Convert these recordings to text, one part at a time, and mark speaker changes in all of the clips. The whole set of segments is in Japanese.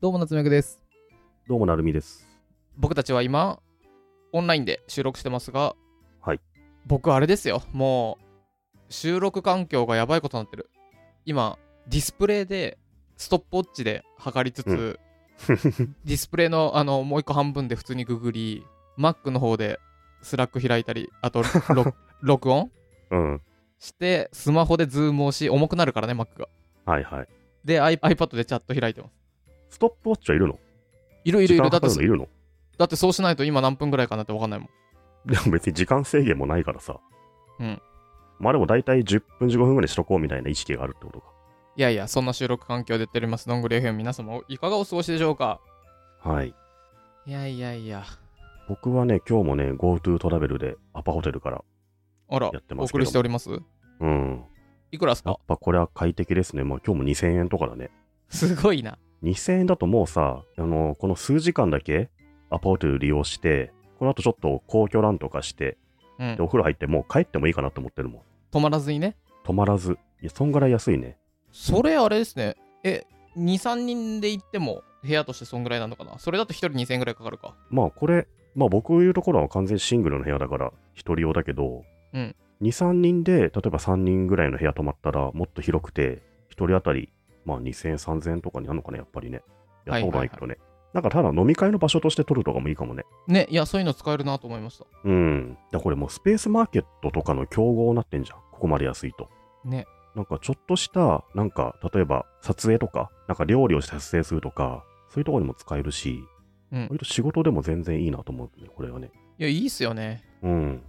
Speaker 1: どうも夏目くです
Speaker 2: どうもなるみです。
Speaker 1: 僕たちは今オンラインで収録してますが
Speaker 2: はい
Speaker 1: 僕あれですよもう収録環境がやばいことになってる今ディスプレイでストップウォッチで測りつつ、 ディスプレイのあのもう一個半分で普通にググり Mac の方でスラック開いたりあ と録録音
Speaker 2: うん。
Speaker 1: してスマホでズームをし重くなるからね Mac が
Speaker 2: はいはい。
Speaker 1: で iP- iPad でチャット開いてます
Speaker 2: ストップウォッチはいるの
Speaker 1: いるいるいるだ
Speaker 2: 時間
Speaker 1: って
Speaker 2: 測るのいるの
Speaker 1: だってそうしないと今何分ぐらいかなって分かんないもん
Speaker 2: でも別に時間制限もないからさ。
Speaker 1: うん。
Speaker 2: まあでも大体10分15分ぐらいしとこうみたいな意識があるってこと
Speaker 1: いやいや、そんな収録環境でやっております。どんぐり FM 皆様、いかがお過ごしでしょうか
Speaker 2: か。はい。
Speaker 1: いやいやいや。
Speaker 2: 僕はね、今日もね、GoTo トラベルでアパホテルから。
Speaker 1: あら
Speaker 2: やっ
Speaker 1: お
Speaker 2: て、ますけども
Speaker 1: 送りしております。
Speaker 2: うん。
Speaker 1: いくらです
Speaker 2: やっ
Speaker 1: か
Speaker 2: ぱこれは快適ですね。まあ今日も2000円とかだね。
Speaker 1: すごいな。
Speaker 2: 2000円だともうさ、あの、この数時間だけアパホテル利用して、この後ちょっと皇居ランとかして、
Speaker 1: うん
Speaker 2: で、。お風呂入ってもう帰ってもいいかなと思ってるもん。
Speaker 1: 止まらずにね。
Speaker 2: 泊まらず。いや、そんぐらい安いね。
Speaker 1: それあれですね。え、2、3人で行っても部屋としてそんぐらいなのかなそれだと1人2000円ぐらいかかるか。
Speaker 2: まあこれ、まあ僕いうところは完全シングルの部屋だから、一人用だけど、
Speaker 1: うん
Speaker 2: 2、3人で、例えば3人ぐらいの部屋泊まったら、もっと広くて、一人当たり、まあ2000円、3000円とかになるのかな、やっぱりね。やったことないけどね。なんかただ飲み会の場所として取るとかもいいかもね。
Speaker 1: ね、いや、そういうの使えるなと思いました。
Speaker 2: うん。だからこれもうスペースマーケットとかの競合になってんじゃん。ここまで安いと。
Speaker 1: ね。
Speaker 2: なんかちょっとした、なんか例えば撮影とか、なんか料理をして撮影するとか、そういうところにも使えるし、
Speaker 1: うん
Speaker 2: 割と仕事でも全然いいなと思うね、これはね。
Speaker 1: いや、いいっすよね。
Speaker 2: うん。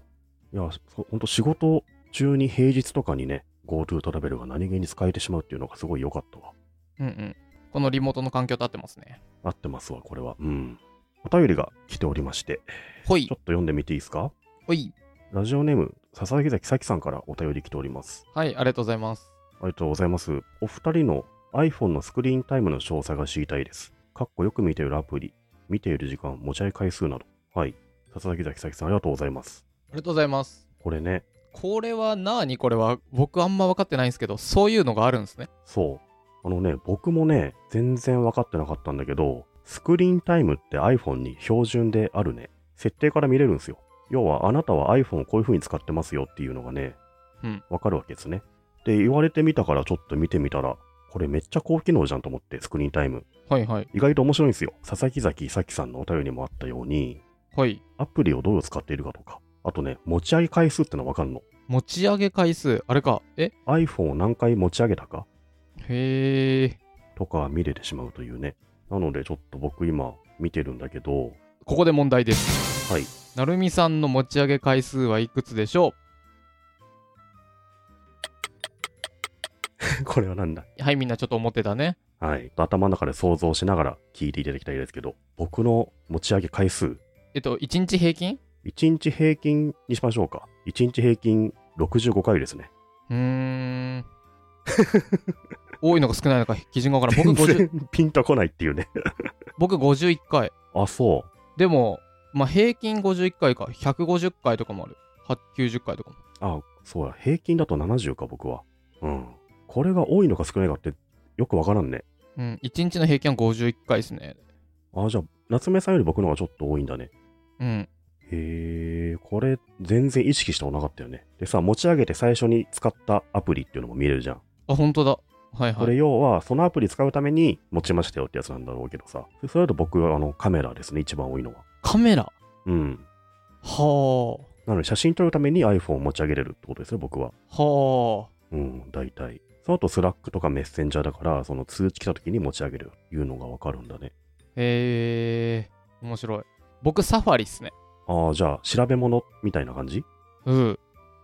Speaker 2: いや、そほんと仕事中に平日とかにね、GoTo トラベルが何気に使えてしまうっていうのがすごい良かったわ。
Speaker 1: うんうん。このリモートの環境と合ってますね。
Speaker 2: 合ってますわ、これは。うん。お便りが来ておりまして、
Speaker 1: ほ
Speaker 2: ちょっ
Speaker 1: い
Speaker 2: と、読んでみていいですか
Speaker 1: ほい。
Speaker 2: ラジオネーム、笹崎崎咲さんからお便り来ております。
Speaker 1: はい、ありがとうございます。
Speaker 2: ありがとうございます。お二人の iPhone のスクリーンタイムの詳細が知りたいです。かっこよく見ているアプリ、見ている時間、持ち合い回数など。はい。笹崎崎咲さん、ありがとうございます。
Speaker 1: ありがとうございます。
Speaker 2: これね、
Speaker 1: これはなーにこれは僕あんま分かってないんですけど、そういうのがあるんですね。
Speaker 2: そう。あのね、僕もね、全然分かってなかったんだけど、スクリーンタイムって iPhone に標準であるね、設定から見れるんですよ。要は、あなたは iPhone をこういう風に使ってますよっていうのがね、
Speaker 1: うん
Speaker 2: 分かるわけですね。で、言われてみたからちょっと見てみたら、これめっちゃ高機能じゃんと思って、スクリーンタイム。
Speaker 1: はいはい。
Speaker 2: 意外と面白いんですよ。佐々木崎さきさんのお便りにもあったように、
Speaker 1: はい。
Speaker 2: アプリをどう使っているかとか、あとね、持ち上げ回数ってのは分かんの。
Speaker 1: 持ち上げ回数、あれか。え
Speaker 2: iPhone を何回持ち上げたか
Speaker 1: へえ。
Speaker 2: とか見れてしまうというね。なのでちょっと僕今見てるんだけど、
Speaker 1: ここで問題です。
Speaker 2: はい。
Speaker 1: なるみさんの持ち上げ回数はいくつでしょ
Speaker 2: これはなんだ
Speaker 1: うはい、みんなちょっと思ってたね。
Speaker 2: はい。頭の中で想像しながら聞いていただきたいですけど、僕の持ち上げ回数、
Speaker 1: えっと、1日平均
Speaker 2: 1日平均にしましょうか。1日平均65回ですね。
Speaker 1: うー ん。多いのか少ないのか基準がわからん。僕
Speaker 2: 全
Speaker 1: 50
Speaker 2: 然ピンとこないっていうね。
Speaker 1: 僕51回。
Speaker 2: あ、そ
Speaker 1: でも、まあ、平均51回か、150回とかもある。は90回とかも。
Speaker 2: う。あ、そうや。平均だと70か、僕は。うん。これが多いのか少ないかってよくわからんね。
Speaker 1: うん、1日の平均は51回ですね。
Speaker 2: あ、じゃあ、夏目さんより僕の方がちょっと多いんだね。
Speaker 1: うん。
Speaker 2: へえ、これ全然意識したことなかったよね。でさ、持ち上げて最初に使ったアプリっていうのも見れるじゃん。
Speaker 1: あ、本当だ。はい
Speaker 2: こ
Speaker 1: は
Speaker 2: れ
Speaker 1: い。
Speaker 2: 要は、そのアプリ使うために持ちましたよってやつなんだろうけどさ。それだと僕はあのカメラですね、一番多いのは。
Speaker 1: カメラ。
Speaker 2: うん。
Speaker 1: は
Speaker 2: なので写真撮るために iPhone を持ち上げれるってことですね、僕は。
Speaker 1: あ。はあ。
Speaker 2: うん、大体。その後、スラックとかメッセンジャーだから、その通知来た時に持ち上げるというのがわかるんだね。
Speaker 1: へえー、面白い。僕、サファリっすね。
Speaker 2: ああ、じゃあ、調べ物みたいな感じ
Speaker 1: うん。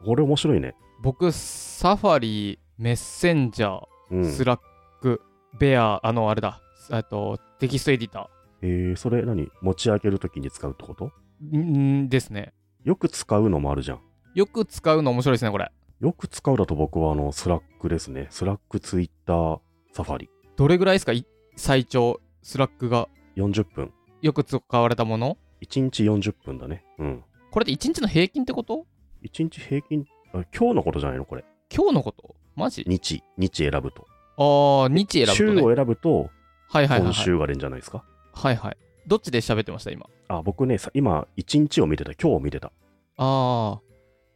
Speaker 2: これ面白いね。
Speaker 1: 僕、サファリ、メッセンジャ
Speaker 2: う
Speaker 1: ー、
Speaker 2: ん。
Speaker 1: スラック、ベア、あの、あれだ、えっと、テキストエディタ
Speaker 2: えー、それ何持ち上げる時に使うってこと
Speaker 1: ーんんですね。
Speaker 2: よく使うのもあるじゃん。
Speaker 1: よく使うの面白いですね、これ。
Speaker 2: よく使うだと僕はあの、スラックですね。スラック、ツイッター、サファリ。
Speaker 1: どれぐらいですかい最長、スラックが
Speaker 2: 40分。
Speaker 1: よく使われたもの
Speaker 2: 1日40分だね。うん。
Speaker 1: これって1日の平均ってこと
Speaker 2: 1日平均、あ今日のことじゃないのこれ。
Speaker 1: 今日のことマジ
Speaker 2: 日。日選ぶと。
Speaker 1: ああ、日選ぶ
Speaker 2: 週
Speaker 1: とね。
Speaker 2: を選ぶと、
Speaker 1: はいはいはい
Speaker 2: 今
Speaker 1: はい。
Speaker 2: 週が出るんじゃないですか。
Speaker 1: はいはい。どっちで喋ってました、今。
Speaker 2: あ、僕ね、さ今、1日を見てた、今日を見てた。
Speaker 1: あ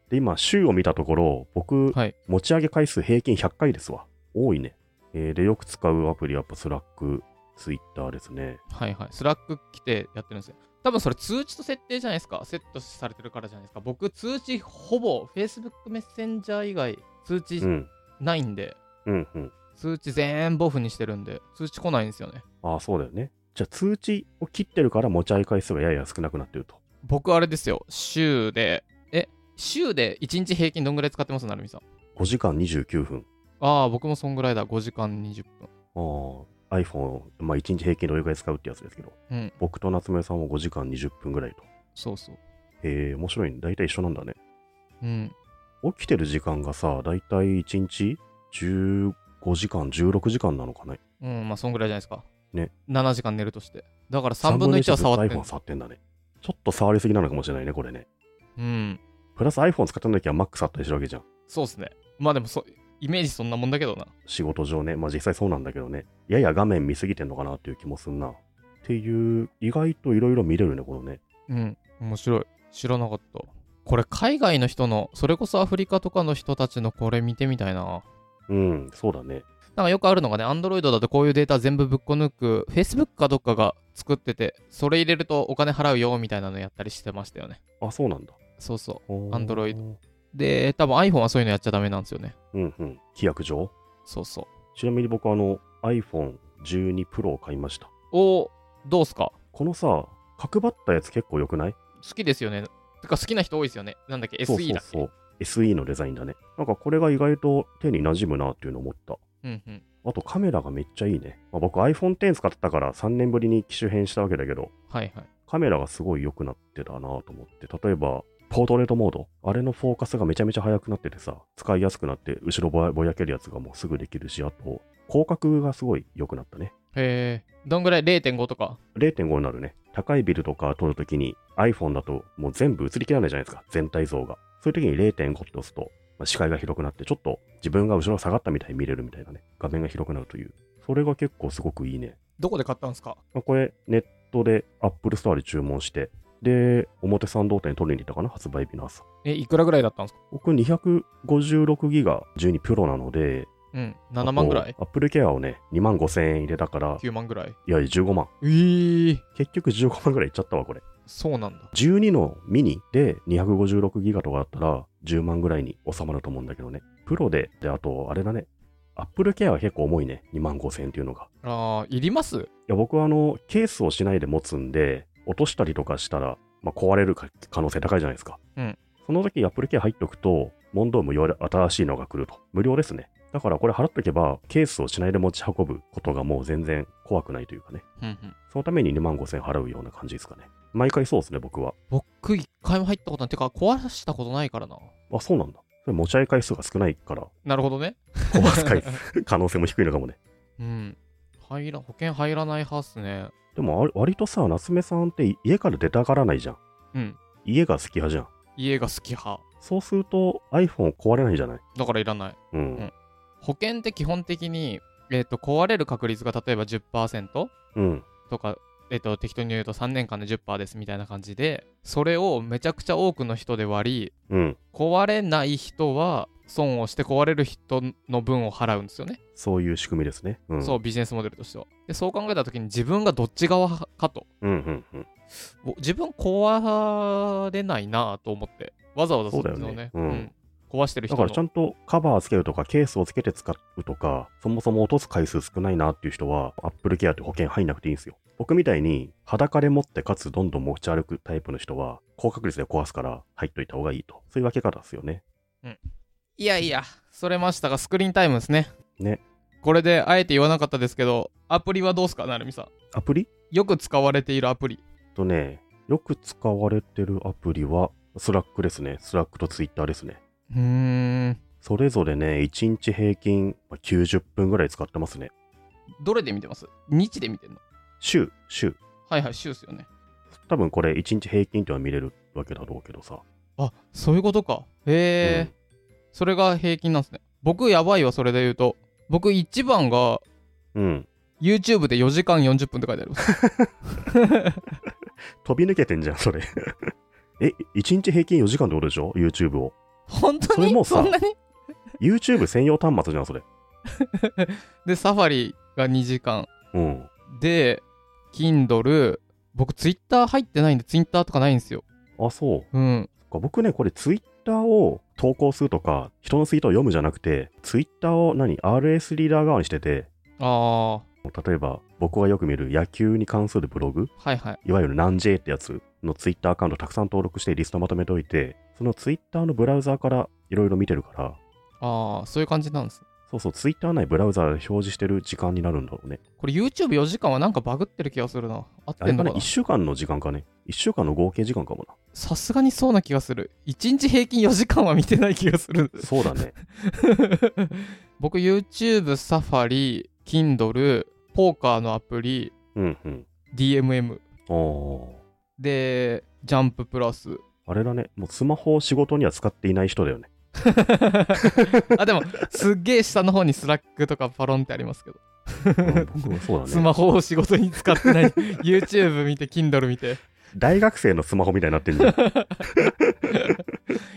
Speaker 2: で、今、週を見たところ、僕、
Speaker 1: はい
Speaker 2: 持ち上げ回数平均100回ですわ。多いね。えーで、よく使うアプリ、やっぱ、スラック、ツイッターですね。
Speaker 1: あ、はいはい。スラック来てやってるんですよ。多分それ通知と設定じゃないですか。セットされてるからじゃないですか。僕、通知ほぼ Facebook メッセンジャー以外通知
Speaker 2: うん、
Speaker 1: ないんで、
Speaker 2: うん、うん。
Speaker 1: 通知全部オフにしてるんで、通知来ないんですよね。
Speaker 2: あー、そうだよね。じゃあ、通知を切ってるから、持ち上げ回数がやや少なくなってると。
Speaker 1: 僕、あれですよ。週で、え、週で1日平均どんぐらい使ってますなるみさん。
Speaker 2: 5時間29分。
Speaker 1: ああ、僕もそんぐらいだ。5時間20分。
Speaker 2: あー iPhone、まあ、1日平均どれくらい使うってやつですけど、
Speaker 1: うん
Speaker 2: 僕と夏目さんは5時間20分ぐらいと。
Speaker 1: そうそう。
Speaker 2: へえ、面白いね。大体一緒なんだね。
Speaker 1: うん。
Speaker 2: 起きてる時間がさ、大体1日15時間、16時間なのかな。
Speaker 1: うん、まあ、そんぐらいじゃないですか。
Speaker 2: ね。
Speaker 1: 7時間寝るとして。だから3分の1は触って
Speaker 2: る。
Speaker 1: る
Speaker 2: iPhone。触ってんだね。ちょっと触りすぎなのかもしれないね、これね。
Speaker 1: うん。
Speaker 2: プラス iPhone 使ってなきゃ Mac あったりするわけじゃん。
Speaker 1: そうっすね。まあでもそ、イメージそんなもんだけどな。
Speaker 2: 仕事上ね。まあ実際そうなんだけどね。やや画面見すぎてんのかなっていう気もすんな。っていう、意外といろいろ見れるね、このね。
Speaker 1: うん。面白い。知らなかった。これ、海外の人の、それこそアフリカとかの人たちのこれ見てみたいな。
Speaker 2: うん、そうだね。
Speaker 1: なんかよくあるのがね、Android だとこういうデータ全部ぶっこ抜く、Facebook かどっかが作ってて、それ入れるとお金払うよみたいなのやったりしてましたよね。
Speaker 2: あ、そうなんだ。
Speaker 1: そうそう。
Speaker 2: ア
Speaker 1: Android で、多分 iPhone はそういうのやっちゃダメなんですよね。
Speaker 2: うんうん。規約上
Speaker 1: そうそう。
Speaker 2: ちなみに僕、あの、iPhone12 Pro を買いました。
Speaker 1: おーどうすか
Speaker 2: このさ、角張ったやつ結構良くない
Speaker 1: 好きですよね。てか好きな人多いですよね。なんだっけ、
Speaker 2: そう
Speaker 1: SE だっけ。
Speaker 2: そうそう。SE のデザインだね。なんかこれが意外と手に馴染むなっていうのを思った。
Speaker 1: うんうん。
Speaker 2: あとカメラがめっちゃいいね。まあ、僕 iPhone X 使ってたから3年ぶりに機種変したわけだけど、
Speaker 1: はいはい。
Speaker 2: カメラがすごい良くなってたなと思って、例えば、ポートレートモード。あれのフォーカスがめちゃめちゃ速くなっててさ、使いやすくなって、後ろぼやぼやけるやつがもうすぐできるし、あと、広角がすごい良くなったね。
Speaker 1: へえ。どんぐらい ?0.5 とか。
Speaker 2: 0.5になるね。高いビルとか撮るときに iPhone だともう全部映りきらないじゃないですか。全体像が。そういうときに0.5って押すと、まあ視界が広くなって、ちょっと自分が後ろが下がったみたいに見れるみたいなね。画面が広くなるという。それが結構すごくいいね。
Speaker 1: どこで買ったんですか
Speaker 2: まあこれ、ネットで Apple Store で注文して、で、表参道店に取りに行ったかな発売日の朝。
Speaker 1: え、いくらぐらいだったんですか
Speaker 2: 僕 256GB12 プロなので、
Speaker 1: うん。7万ぐらい
Speaker 2: ?Apple Care をね、2万5千円入れたから、
Speaker 1: ?9 万ぐらい。
Speaker 2: いや、15万。
Speaker 1: えー、
Speaker 2: 結局15万ぐらいいっちゃったわ、これ。
Speaker 1: そうなんだ。
Speaker 2: 12のミニで256ギガとかだったら10万ぐらいに収まると思うんだけどね。プロで、で、あと、あれだね。アップルケアは結構重いね。2万5千円っていうのが。
Speaker 1: あー、いります
Speaker 2: いや、僕はあの、ケースをしないで持つんで、落としたりとかしたら、まあ、壊れるか可能性高いじゃないですか。
Speaker 1: うん
Speaker 2: その時、アップルケア入っとくと、問答無用で新しいのが来ると。無料ですね。だからこれ払っとけば、ケースをしないで持ち運ぶことがもう全然怖くないというかね。
Speaker 1: うんうん。
Speaker 2: そのために2万5千円払うような感じですかね。毎回そうですね、僕は。
Speaker 1: 僕、一回も入ったことない。てか、壊したことないからな。
Speaker 2: あ、そうなんだ。それ持ち上げ回数が少な いから、
Speaker 1: なるほどね。
Speaker 2: 壊す回数可能性も低いのかもね。
Speaker 1: うん。入ら、保険入らない派っすね。
Speaker 2: でもあ、割とさ、夏目さんって家から出たがらないじゃん。
Speaker 1: うん。
Speaker 2: 家が好き派じゃん。
Speaker 1: 家が好き派。
Speaker 2: そうすると iPhone 壊れないじゃない。
Speaker 1: だからいらない。
Speaker 2: うん。
Speaker 1: うん保険って基本的に、えっ、と、壊れる確率が例えば10%
Speaker 2: うん。
Speaker 1: とか、えっと、適当に言うと3年間で10%ですみたいな感じでそれをめちゃくちゃ多くの人で割り
Speaker 2: うん。
Speaker 1: 壊れない人は損をして壊れる人の分を払うんですよね、
Speaker 2: そういう仕組みですね。うん。。
Speaker 1: そううビジネスモデルとしてはでそう考えた時に自分がどっち側かと
Speaker 2: うんうんうん。
Speaker 1: お自分壊れないなと思ってわざわざそっち
Speaker 2: そうだ
Speaker 1: の
Speaker 2: よ
Speaker 1: ね
Speaker 2: ねうん
Speaker 1: 壊してる
Speaker 2: だ
Speaker 1: 人
Speaker 2: か
Speaker 1: の
Speaker 2: らちゃんとカバーつけるとか、ケースをつけて使うとか、そもそも落とす回数少ないなっていう人は、Apple Care って保険入んなくていいんですよ。僕みたいに裸で持ってかつどんどん持ち歩くタイプの人は、高確率で壊すから入っといた方がいいと。そういう分け方ですよね。
Speaker 1: いやいやそれましたがスクリーンタイムですね
Speaker 2: ね
Speaker 1: これであえて言わなかったですけどアプリはどうすかなるみさん
Speaker 2: アプリ
Speaker 1: よく使われているアプリ
Speaker 2: えっとね、よく使われてるアプリは、スラックですね。スラックとツイッターですね。
Speaker 1: うーん
Speaker 2: それぞれね、1日平均まあ90分ぐらい使ってますね。
Speaker 1: どれで見てます日で見てんの
Speaker 2: 週、週。
Speaker 1: はいはい、週っすよね。
Speaker 2: 多分これ1日平均っていうのは見れるわけだろうけどさ。
Speaker 1: あ、そういうことか。へえ、それが平均なんですね。僕、やばいわ、それで言うと。僕、一番が
Speaker 2: うん。
Speaker 1: YouTube で4時間40分って書いてあります。
Speaker 2: 飛び抜けてんじゃん、それ。 え、1日平均4時間ってことでしょ ?YouTube を。
Speaker 1: 本当
Speaker 2: それも
Speaker 1: に
Speaker 2: う
Speaker 1: そ
Speaker 2: さ
Speaker 1: んなに
Speaker 2: YouTube 専用端末じゃん、それ。
Speaker 1: で、サファリが2時間。
Speaker 2: うん。
Speaker 1: で、Kindle、僕 Twitter 入ってないんで Twitter とかないんですよ。
Speaker 2: あ、そう。
Speaker 1: うん。
Speaker 2: そっか僕ね、これ Twitter を投稿するとか、人のツイートを読むじゃなくて、Twitter を何 ?RS リーダー側にしてて、
Speaker 1: あ
Speaker 2: 例えば僕がよく見る野球に関するブログ、
Speaker 1: ー、はいはい。
Speaker 2: いわゆるなん J ってやつの Twitter アカウントたくさん登録してリストまとめておいて、その Twitter のブラウザーからいろいろ見てるから、
Speaker 1: あー、そういう感じなんです。
Speaker 2: そうそう、Twitter 内ブラウザーで表示してる時間になるんだろうね。
Speaker 1: これ YouTube4 時間はなんかバグってる気がするな。合っ
Speaker 2: あ
Speaker 1: て
Speaker 2: れ
Speaker 1: ん
Speaker 2: か
Speaker 1: の
Speaker 2: ね、
Speaker 1: かな
Speaker 2: 1週間の時間かね。1週間の合計時間かも
Speaker 1: さすがにそうな気がする。1日平均4時間は見てない気がする。
Speaker 2: な。そう だね。
Speaker 1: 僕 YouTube、サファリ、Kindle、ポーカーのアプリ、
Speaker 2: うんうん。
Speaker 1: DMM
Speaker 2: あー
Speaker 1: で、ジャンププラ ス。
Speaker 2: あれだね。もうスマホを仕事には使っていない人だ よね。
Speaker 1: あ、でも、すっげえ下の方にスラックとかパロンってありますけど。
Speaker 2: うん僕もそうだね。
Speaker 1: スマホを仕事に使ってない。YouTube 見て、Kindle 見て、
Speaker 2: 大学生のスマホみたいになって んじゃん。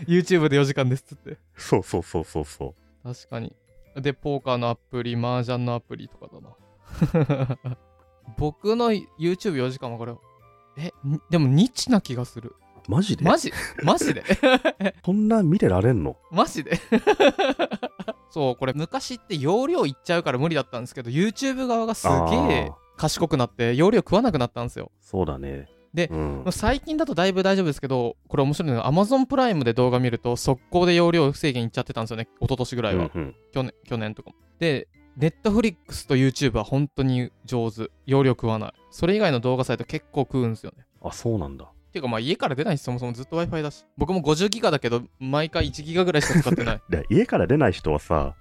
Speaker 1: YouTube で4時間ですっつって。
Speaker 2: そうそうそうそうそ
Speaker 1: 確かに。で、ポーカーのアプリ、麻雀のアプリとかだな。 僕の YouTube4 時間はこれ、え、にでもニッチな気がする。
Speaker 2: う。マジで
Speaker 1: マジマジで
Speaker 2: そんな見てられんの
Speaker 1: マジで そうこれ昔って容量いっちゃうから無理だったんですけど YouTube 側がすげえ
Speaker 2: あー
Speaker 1: 賢くなって容量食わなくなったんですよ
Speaker 2: そうだね。
Speaker 1: で
Speaker 2: うん
Speaker 1: もう、最近だとだいぶ大丈夫ですけどこれ面白いのが Amazon プライムで動画見ると速攻で容量制限いっちゃってたんですよね一昨年ぐらいは、
Speaker 2: うんうん
Speaker 1: 去年去年とかもで Netflix と YouTube は本当に上手容量食わないそれ以外の動画サイト結構食うんですよね
Speaker 2: あ、そうなんだ。
Speaker 1: ていうかまあ家から出ないしそもそもずっと Wi-Fi だし僕も50ギガだけど毎回1ギガぐらいしか使ってない
Speaker 2: で家から出ない人はさ、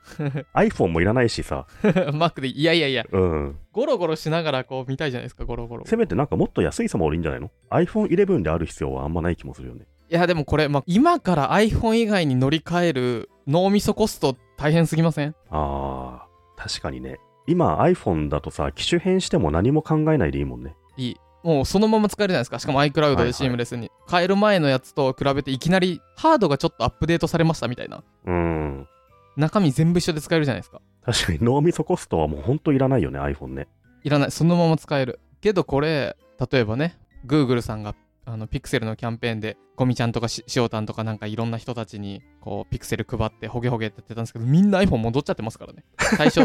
Speaker 2: iPhone もいらないしさ、
Speaker 1: Mac でいやいやいや
Speaker 2: うん。
Speaker 1: ゴロゴロしながらこう見たいじゃないですか、ゴロゴロ。い
Speaker 2: せめてなんかもっと安いスマホでいいんじゃないの ?iPhone11 である必要はあんまない気もするよね。
Speaker 1: や、でもこれ、まあ、今から iPhone 以外に乗り換える脳みそコスト大変すぎません
Speaker 2: あー、確かにね。今 iPhone だとさ、機種変しても何も考えないでいいもんね。
Speaker 1: いい。もうそのまま使えるじゃないですか。しかも
Speaker 2: はい
Speaker 1: iCloud
Speaker 2: は
Speaker 1: で
Speaker 2: い
Speaker 1: シームレスに。変える前のやつと比べていきなりハードがちょっとアップデートされましたみたいな。
Speaker 2: うん。
Speaker 1: 中身全部一緒で使えるじゃないですか。
Speaker 2: 確かに脳みそコストはもうほんといらないよね、iPhone ね。
Speaker 1: いらない。そのまま使える。けどこれ、例えばね、Google さんがあのピクセルのキャンペーンでゴミちゃんとかししおたんとかなんかいろんな人たちにこうピクセル配ってホゲホゲってやってたんですけどみんな iPhone 戻っちゃってますからね最 初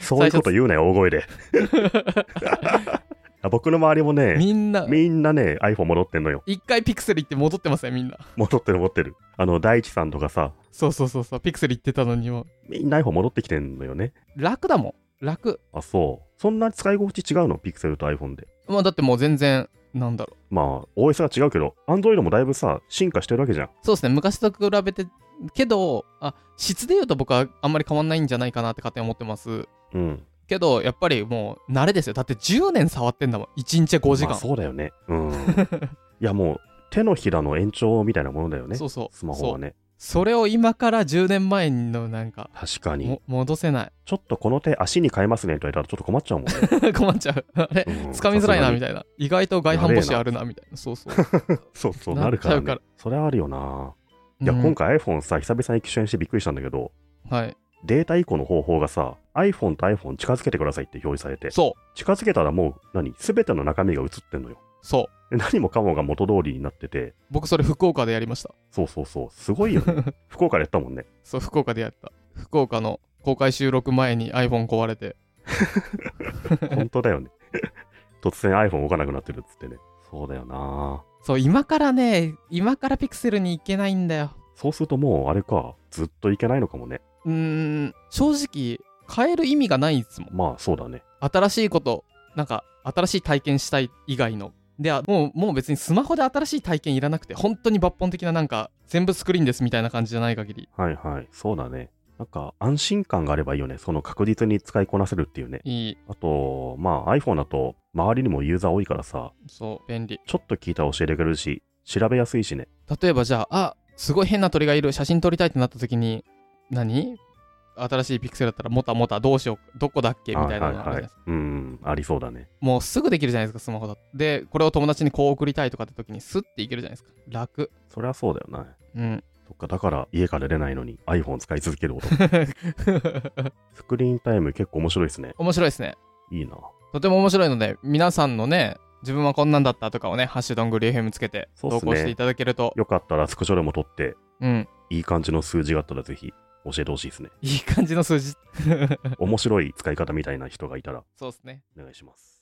Speaker 2: そういうこと言うなよ、大声で。あ僕の周りもね、
Speaker 1: みんな
Speaker 2: みんなね、iPhone 戻ってんのよ。
Speaker 1: 一回ピクセル行って戻ってますねみんな
Speaker 2: 戻ってる、戻ってる。あの、大地さんとかさ、
Speaker 1: そうそうそうそうピクセル行ってたのにも
Speaker 2: みんな iPhone 戻ってきてんのよね。
Speaker 1: 楽だもん楽
Speaker 2: あ、そう。そんな使い心地違うの、ピクセルと iPhone で。
Speaker 1: まあだってもう全然なんだろう
Speaker 2: まあ、OS が違うけど、Android もだいぶさ、進化してるわけじゃん。
Speaker 1: そうですね昔と比べてけどあ質で言うと僕はあんまり変わんないんじゃないかなって勝手に思ってます
Speaker 2: うん。
Speaker 1: けどやっぱりもう慣れですよだって10年触ってんだもん1日5時間、
Speaker 2: まあそうだよね。 うん。いや、もう、手のひらの延長みたいなものだよね。
Speaker 1: そうそう
Speaker 2: スマホは
Speaker 1: そう
Speaker 2: ね。
Speaker 1: それを今から10年前のなんか
Speaker 2: 確かに。
Speaker 1: も戻せない
Speaker 2: ちょっとこの手、足に変えますねと言われたらちょっと困っちゃうもんね。
Speaker 1: 困っちゃうあれ
Speaker 2: うん
Speaker 1: 掴みづらいなみ
Speaker 2: さ
Speaker 1: たいな意外と外反母趾あるなみたいなそうそう
Speaker 2: すがにそうそう、
Speaker 1: なっちゃう
Speaker 2: なるから,、ね、
Speaker 1: から
Speaker 2: それはあるよな。いや、今回 iPhone さ、久々に機種変してびっくりしたんだけど、
Speaker 1: 回はい
Speaker 2: データ移行の方法がさ、iPhone と iPhone 近づけてくださいって表示されて、
Speaker 1: そう
Speaker 2: 近づけたらもう、何すべての中身が映ってんのよ。
Speaker 1: そう
Speaker 2: で何もかもが元通りになってて、
Speaker 1: 僕それ福岡でやりました
Speaker 2: そうそうそう、すごいよ ね。福岡でやったもんね。
Speaker 1: そう福岡でやった福岡の公開収録前に iPhone 壊れて
Speaker 2: 本当だよね。突然 iPhone 動かなくなってるっつってね。そうだよな
Speaker 1: そう今からね今からピクセルに行けないんだよ
Speaker 2: そうするともう、あれか、ずっといけないのかもね。
Speaker 1: うーん正直変える意味がないですもん
Speaker 2: まあ、そうだね。
Speaker 1: 新しいことなんか新しい体験したい以外のであもうもう別にスマホで新しい体験いらなくて本当に抜本的ななんか全部スクリーンですみたいな感じじゃない限り
Speaker 2: はいはい、そうだね。なんか、安心感があればいいよね。その確実に使いこなせるっていうね。
Speaker 1: いい
Speaker 2: あと、まあ iPhone だと周りにもユーザー多いからさ、
Speaker 1: そう便利
Speaker 2: ちょっと聞いたら教えてくれるし、調べやすいしね。
Speaker 1: 例えばじゃああすごい変な鳥がいる写真撮りたいってなった時に何新しいピクセルだったら、もたもたどうしよう、どこだっけみたいなのがあるじゃないですか。
Speaker 2: うん、ありそうだね。
Speaker 1: もうすぐできるじゃないですか、スマホだと。で、これを友達にこう送りたいとかって時に、スッていけるじゃないですか。楽。
Speaker 2: そりゃそうだよな。
Speaker 1: うん。
Speaker 2: そっか、だから家から出ないのに iPhone 使い続ける男。スクリーンタイム結構面白いですね。
Speaker 1: 面白いですね。
Speaker 2: いいな。
Speaker 1: とても面白いので、皆さんのね、自分はこんなんだったとかをね、ハッシュドングリー FM つけて
Speaker 2: そうっす
Speaker 1: 投
Speaker 2: ね
Speaker 1: 稿していただけると、
Speaker 2: よかったらスクショでも撮って、
Speaker 1: うん、
Speaker 2: いい感じの数字があったらぜひ教えてほしいですね。
Speaker 1: いい感じの数字。
Speaker 2: 面白い使い方みたいな人がいたら
Speaker 1: そうですね。
Speaker 2: お願いします。